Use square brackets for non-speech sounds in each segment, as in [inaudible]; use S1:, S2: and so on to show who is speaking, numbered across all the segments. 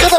S1: Cada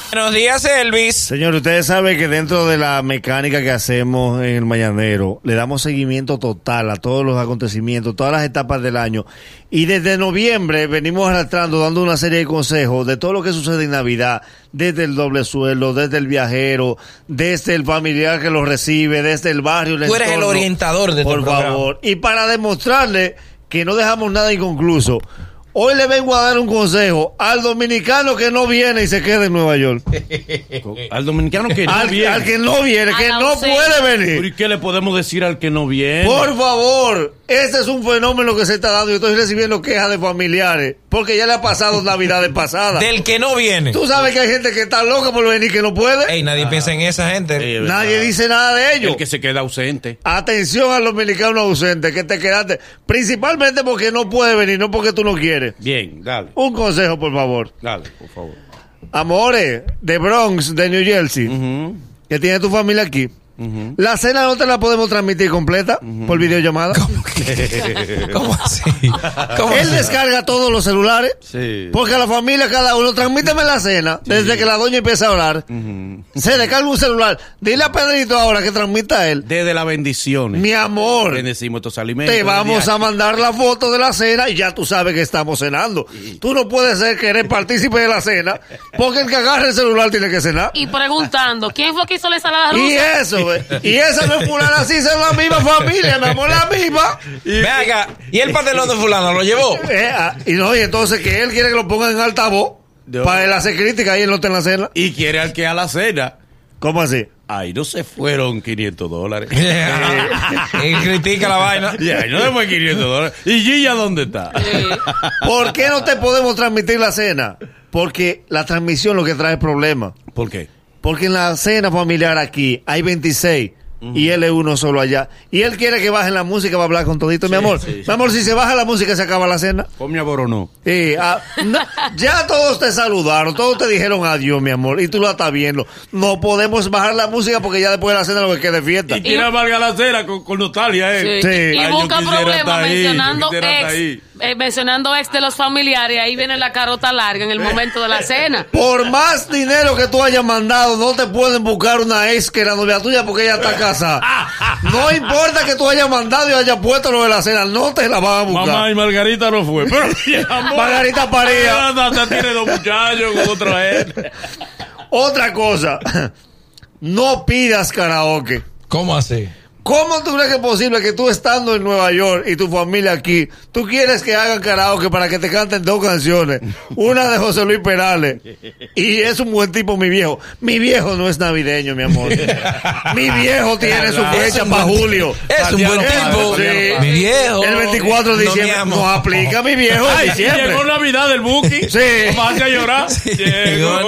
S2: Buenos días, Elvis.
S3: Señor, ustedes saben que dentro de la mecánica que hacemos en el Mañanero, le damos seguimiento total a todos los acontecimientos, todas las etapas del año. Y desde noviembre venimos arrastrando, dando una serie de consejos de todo lo que sucede en Navidad, desde el doble suelo, desde el viajero, desde el familiar que lo recibe, desde el barrio. El
S2: Tú eres el
S3: entorno.
S2: orientador de
S3: Por
S2: tu programa.
S3: favor. Y para demostrarle que no dejamos nada inconcluso, hoy le vengo a dar un consejo al dominicano que no viene y se queda en Nueva York.
S4: Al dominicano que no
S3: al,
S4: viene.
S3: al que no viene,
S5: Al
S3: que no
S5: ausente.
S3: puede
S4: Pero,
S3: venir.
S4: ¿y qué le podemos decir al que no viene?
S3: Por favor, ese es un fenómeno que se está dando. Yo estoy recibiendo quejas de familiares porque ya le ha pasado Navidades
S4: [laughs]
S3: pasadas.
S2: Del que no viene.
S3: Tú sabes que hay gente que está loca por venir que no puede.
S2: Ey, nadie piensa en esa gente.
S4: Eh, ¿verdad?
S3: Nadie dice nada de ello.
S4: El que se queda ausente.
S3: Atención al dominicano ausente que te quedaste. Principalmente porque no puede venir, no porque tú no quieres.
S4: Bien, dale,
S3: Un consejo, por favor.
S4: dale, por favor.
S3: Amores, de Bronx, de New Jersey,
S4: Ujú,
S3: que tiene tu familia aquí.
S4: ujú.
S3: La cena no te la podemos transmitir completa por
S4: [laughs]
S3: videollamada.
S2: ¿Cómo así? ¿Cómo
S3: Él
S2: así?
S3: descarga todos los celulares.
S4: Sí.
S3: Porque a la familia cada uno, transmíteme la cena desde que la doña empieza a orar.
S4: Ujú.
S3: Se descarga un celular. Dile a Pedrito ahora que transmita a él.
S4: Desde las bendiciones.
S3: Mi amor,
S4: Bendecimos estos alimentos.
S3: te vamos a
S4: diarios.
S3: mandar la foto de la cena y ya tú sabes que estamos cenando. Tú no puedes ser que eres partícipe de la cena porque el que agarra el celular tiene que cenar.
S5: y preguntando, ¿quién fue que hizo la ensalada
S3: Y
S5: [laughs] rusa?
S3: eso, ve. y esa no es fulana, sí, esa es la misma familia, mi amor, la misma.
S2: Ve acá. ¿Y el pantalón de fulano lo llevó?
S3: Eh, ah, y no, y entonces que él quiere que lo pongan en altavoz
S4: Dios.
S3: para él hacer crítica y él no está en la cena.
S4: Y quiere al que a la cena.
S3: ¿Cómo así?
S4: Ahí no se fueron 500 dólares.
S2: Él critica la vaina.
S4: Y ahí no se fue 500 dólares. ¿Y Gilla dónde está?
S3: [laughs] ¿Por qué no te podemos transmitir la cena? Porque la transmisión lo que trae problemas.
S4: ¿Por qué?
S3: Porque en la cena familiar aquí hay 26 y él es uno solo allá. Y él quiere que bajen la música para hablar con todito. mi amor,
S4: sí, sí.
S3: mi amor, si se baja la música se acaba la cena.
S4: Come a Boronó.
S3: Sí, ah, no, ya todos te saludaron, todos te dijeron adiós, mi amor, y tú la estás viendo. No podemos bajar la música porque ya después de la cena lo que queda es fiesta.
S4: Y quiere amargar la cena con, con nostalgia, eh.
S5: Sí.
S3: Sí.
S5: Y
S4: Ay, yo
S5: busca
S4: quisiera estar
S5: problemas
S4: ahí,
S5: mencionando
S4: yo quisiera estar
S5: ex,
S4: ahí.
S5: eh, mencionando ex de los familiares. Ahí viene la carota larga en el momento de [laughs] la cena.
S3: Por más dinero que tú hayas mandado, no te pueden buscar una ex que era novia tuya porque ella está casada. No importa que tú hayas mandado y hayas puesto lo de la cena, no te la van a buscar.
S4: Mamá y Margarita no fue. Pero [laughs] mi amor,
S3: Margarita Paría.
S4: Margarita Ah, tiene dos muchachos con otra gente.
S3: Otra cosa, no pidas karaoke.
S2: ¿Cómo así?
S3: ¿Cómo tú crees que es posible que tú estando en Nueva York y tu familia aquí, tú quieres que hagan karaoke para que te canten dos canciones? Una de José Luis Perales. Y es un buen tipo, mi viejo. Mi viejo no es navideño, mi amor. Mi viejo
S2: [laughs]
S3: tiene su fecha para julio.
S2: Es un buen tipo.
S3: Sí.
S2: Mi viejo.
S3: El 24 de
S2: No, mi
S3: diciembre.
S2: amo.
S3: Nos aplica mi viejo en
S4: Ay,
S3: diciembre.
S4: llegó Navidad del Buki.
S3: Sí.
S4: Vamos a llorar.
S2: Llegó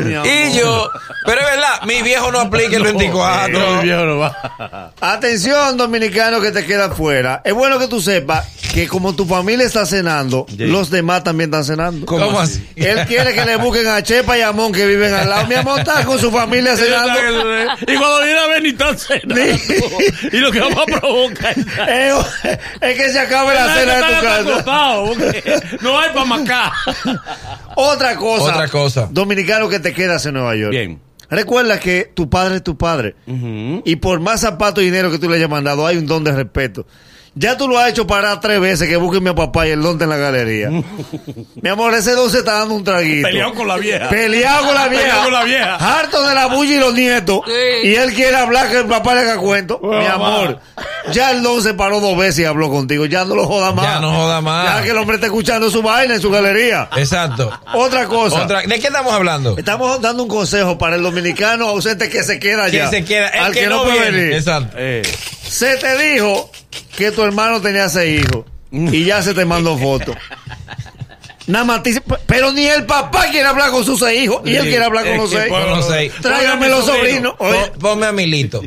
S2: Navidad. Y yo. Pero es verdad, mi viejo no aplica el 24.
S4: No, mi viejo no va.
S3: Atención, dominicano que te queda fuera. Es bueno que tú sepas que como tu familia está cenando, los demás también están cenando.
S2: ¿Cómo así?
S3: Él quiere que le busquen a Chepa y a Amón que viven al lado. Mi amor está con su familia cenando.
S4: Y cuando viene a ver ni tan cenando. Y lo que vamos a provocar es
S3: Eh, es que se acabe la cena de tu
S4: Están
S3: casa.
S4: acostados, porque No hay para macar.
S3: Otra cosa.
S2: Otra cosa.
S3: Dominicano que te quedas en Nueva York.
S4: Bien.
S3: Recuerda que tu padre es tu padre. Y por más zapato y dinero que tú le hayas mandado, hay un don de respeto. Ya tú lo has hecho parar tres veces que busquen a papá y el don está en la [laughs] galería. Mi amor, ese don se está dando un traguito.
S4: Peleado con la vieja.
S3: Peleado con la vieja.
S4: Peleado con la vieja.
S3: Harto de la bulla y los nietos.
S5: Sí.
S3: Y él quiere hablar que el papá le haga cuento.
S4: Bueno,
S3: Mi amor, ya el don se paró dos veces y habló contigo. Ya no lo joda más.
S2: Ya no joda más.
S3: Ya que el hombre está escuchando su vaina en su galería.
S2: Exacto.
S3: Otra cosa.
S2: Otra- ¿De qué estamos hablando?
S3: Estamos dando un consejo para el dominicano ausente que se queda
S2: Que
S3: allá.
S2: se queda. El
S3: al
S2: que, no, viene. Exacto.
S4: Eh,
S3: Se te dijo que tu hermano tenía seis hijos y ya se te mandó foto. Nada más te dice, "P- pero ni el papá quiere hablar con sus seis hijos y él
S4: Sí,
S3: quiere hablar con
S4: es
S3: los
S4: que
S3: seis.
S4: por
S2: los seis.
S3: Tráigame los sobrinos. Oye,
S2: Pon- Ponme a Milito.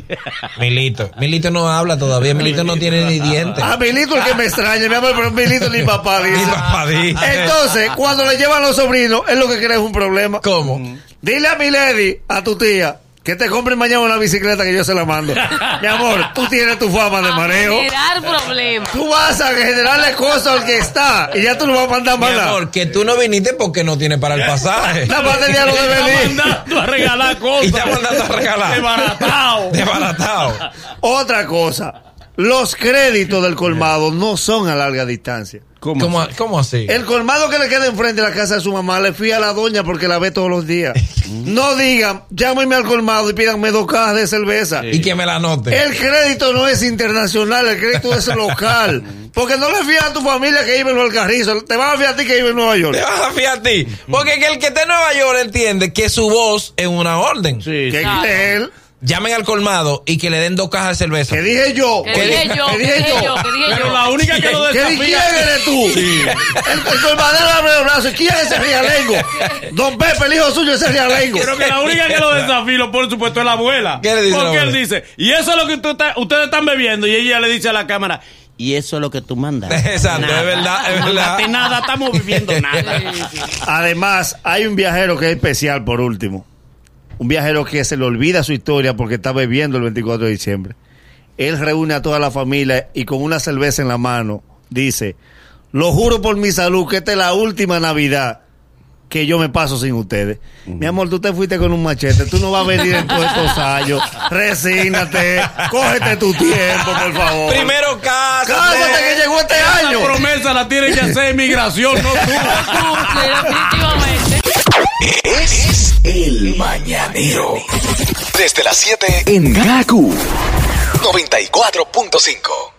S2: Milito. Milito no habla todavía. Milito no tiene ni dientes.
S3: a Milito el que me extraña, mi amor, pero Milito ni papá dice.
S2: Ni papá dice.
S3: Entonces, cuando le llevan los sobrinos, es lo que crea es un problema.
S2: ¿Cómo?
S3: Dile a mi lady, a tu tía, Que te compren mañana una bicicleta que yo se la mando. Mi amor, tú tienes tu fama de
S5: A
S3: mareo.
S5: generar problemas.
S3: Tú vas a generarle cosas al que está y ya tú no vas a mandar
S2: Mi
S3: más nada.
S2: amor, que tú no viniste porque no tienes para el pasaje.
S3: Nada más tenía lo de venir.
S4: mandando
S3: [laughs]
S4: a regalar
S2: Y
S4: cosas.
S2: te mandando a regalar.
S4: Desbaratado.
S2: Desbaratado.
S3: Otra cosa, los créditos del colmado no son a larga distancia.
S2: ¿Cómo, a- cómo así?
S3: El colmado que le queda enfrente de la casa de su mamá le fui a la doña porque la ve todos los días.
S5: Mm.
S3: No digan, llámenme al colmado y pídanme dos cajas de cerveza.
S2: Y que me la anote.
S3: El crédito no es internacional, el crédito es
S5: [laughs]
S3: local. Porque no le fías a tu familia que vive en el carrizo, te vas a fiar a ti que vive en Nueva
S2: [laughs]
S3: York.
S2: Te vas a fiar a ti. Porque que el que está en Nueva York entiende que su voz es una orden.
S4: Sí,
S3: Que
S4: sí.
S5: Claro.
S3: él,
S2: Llamen al colmado y que le den dos cajas de cerveza.
S3: que dije yo,
S5: Que dije yo, que dije yo, que dije
S4: Pero
S5: yo.
S4: la única que lo
S3: ¿Qué di- quién
S4: desafía.
S3: eres tú? El, el colmadero abre los brazos. ¿Quién es ese rialengo? Don Pepe, el hijo suyo, ese rialengo.
S4: Creo que la única
S2: [laughs]
S4: que lo desafía, por supuesto, es la abuela.
S2: ¿Qué le dice la
S4: Porque él
S2: abuela?
S4: dice, y eso es lo que usted está- ustedes están bebiendo. Y ella le dice a la cámara, y eso es lo que tú mandas.
S2: [laughs] Exacto, es verdad, es
S4: No
S2: verdad.
S4: mandaste nada, estamos viviendo nada.
S3: Además, hay un viajero que es especial, por último. Un viajero que se le olvida su historia porque está bebiendo el 24 de diciembre. Él reúne a toda la familia y con una cerveza en la mano dice, lo juro por mi salud que esta es la última Navidad que yo me paso sin ustedes. Mi amor, tú te fuiste con un machete, tú no vas a venir en todos estos años. Resígnate, cógete tu tiempo, por favor.
S2: Primero
S3: Cásate
S2: casa.
S3: que llegó este
S4: La
S3: año.
S4: promesa la tiene que hacer migración, no tú.
S5: Sí, definitivamente.
S1: Es el mañanero. Desde las 7 en Gaku 94.5.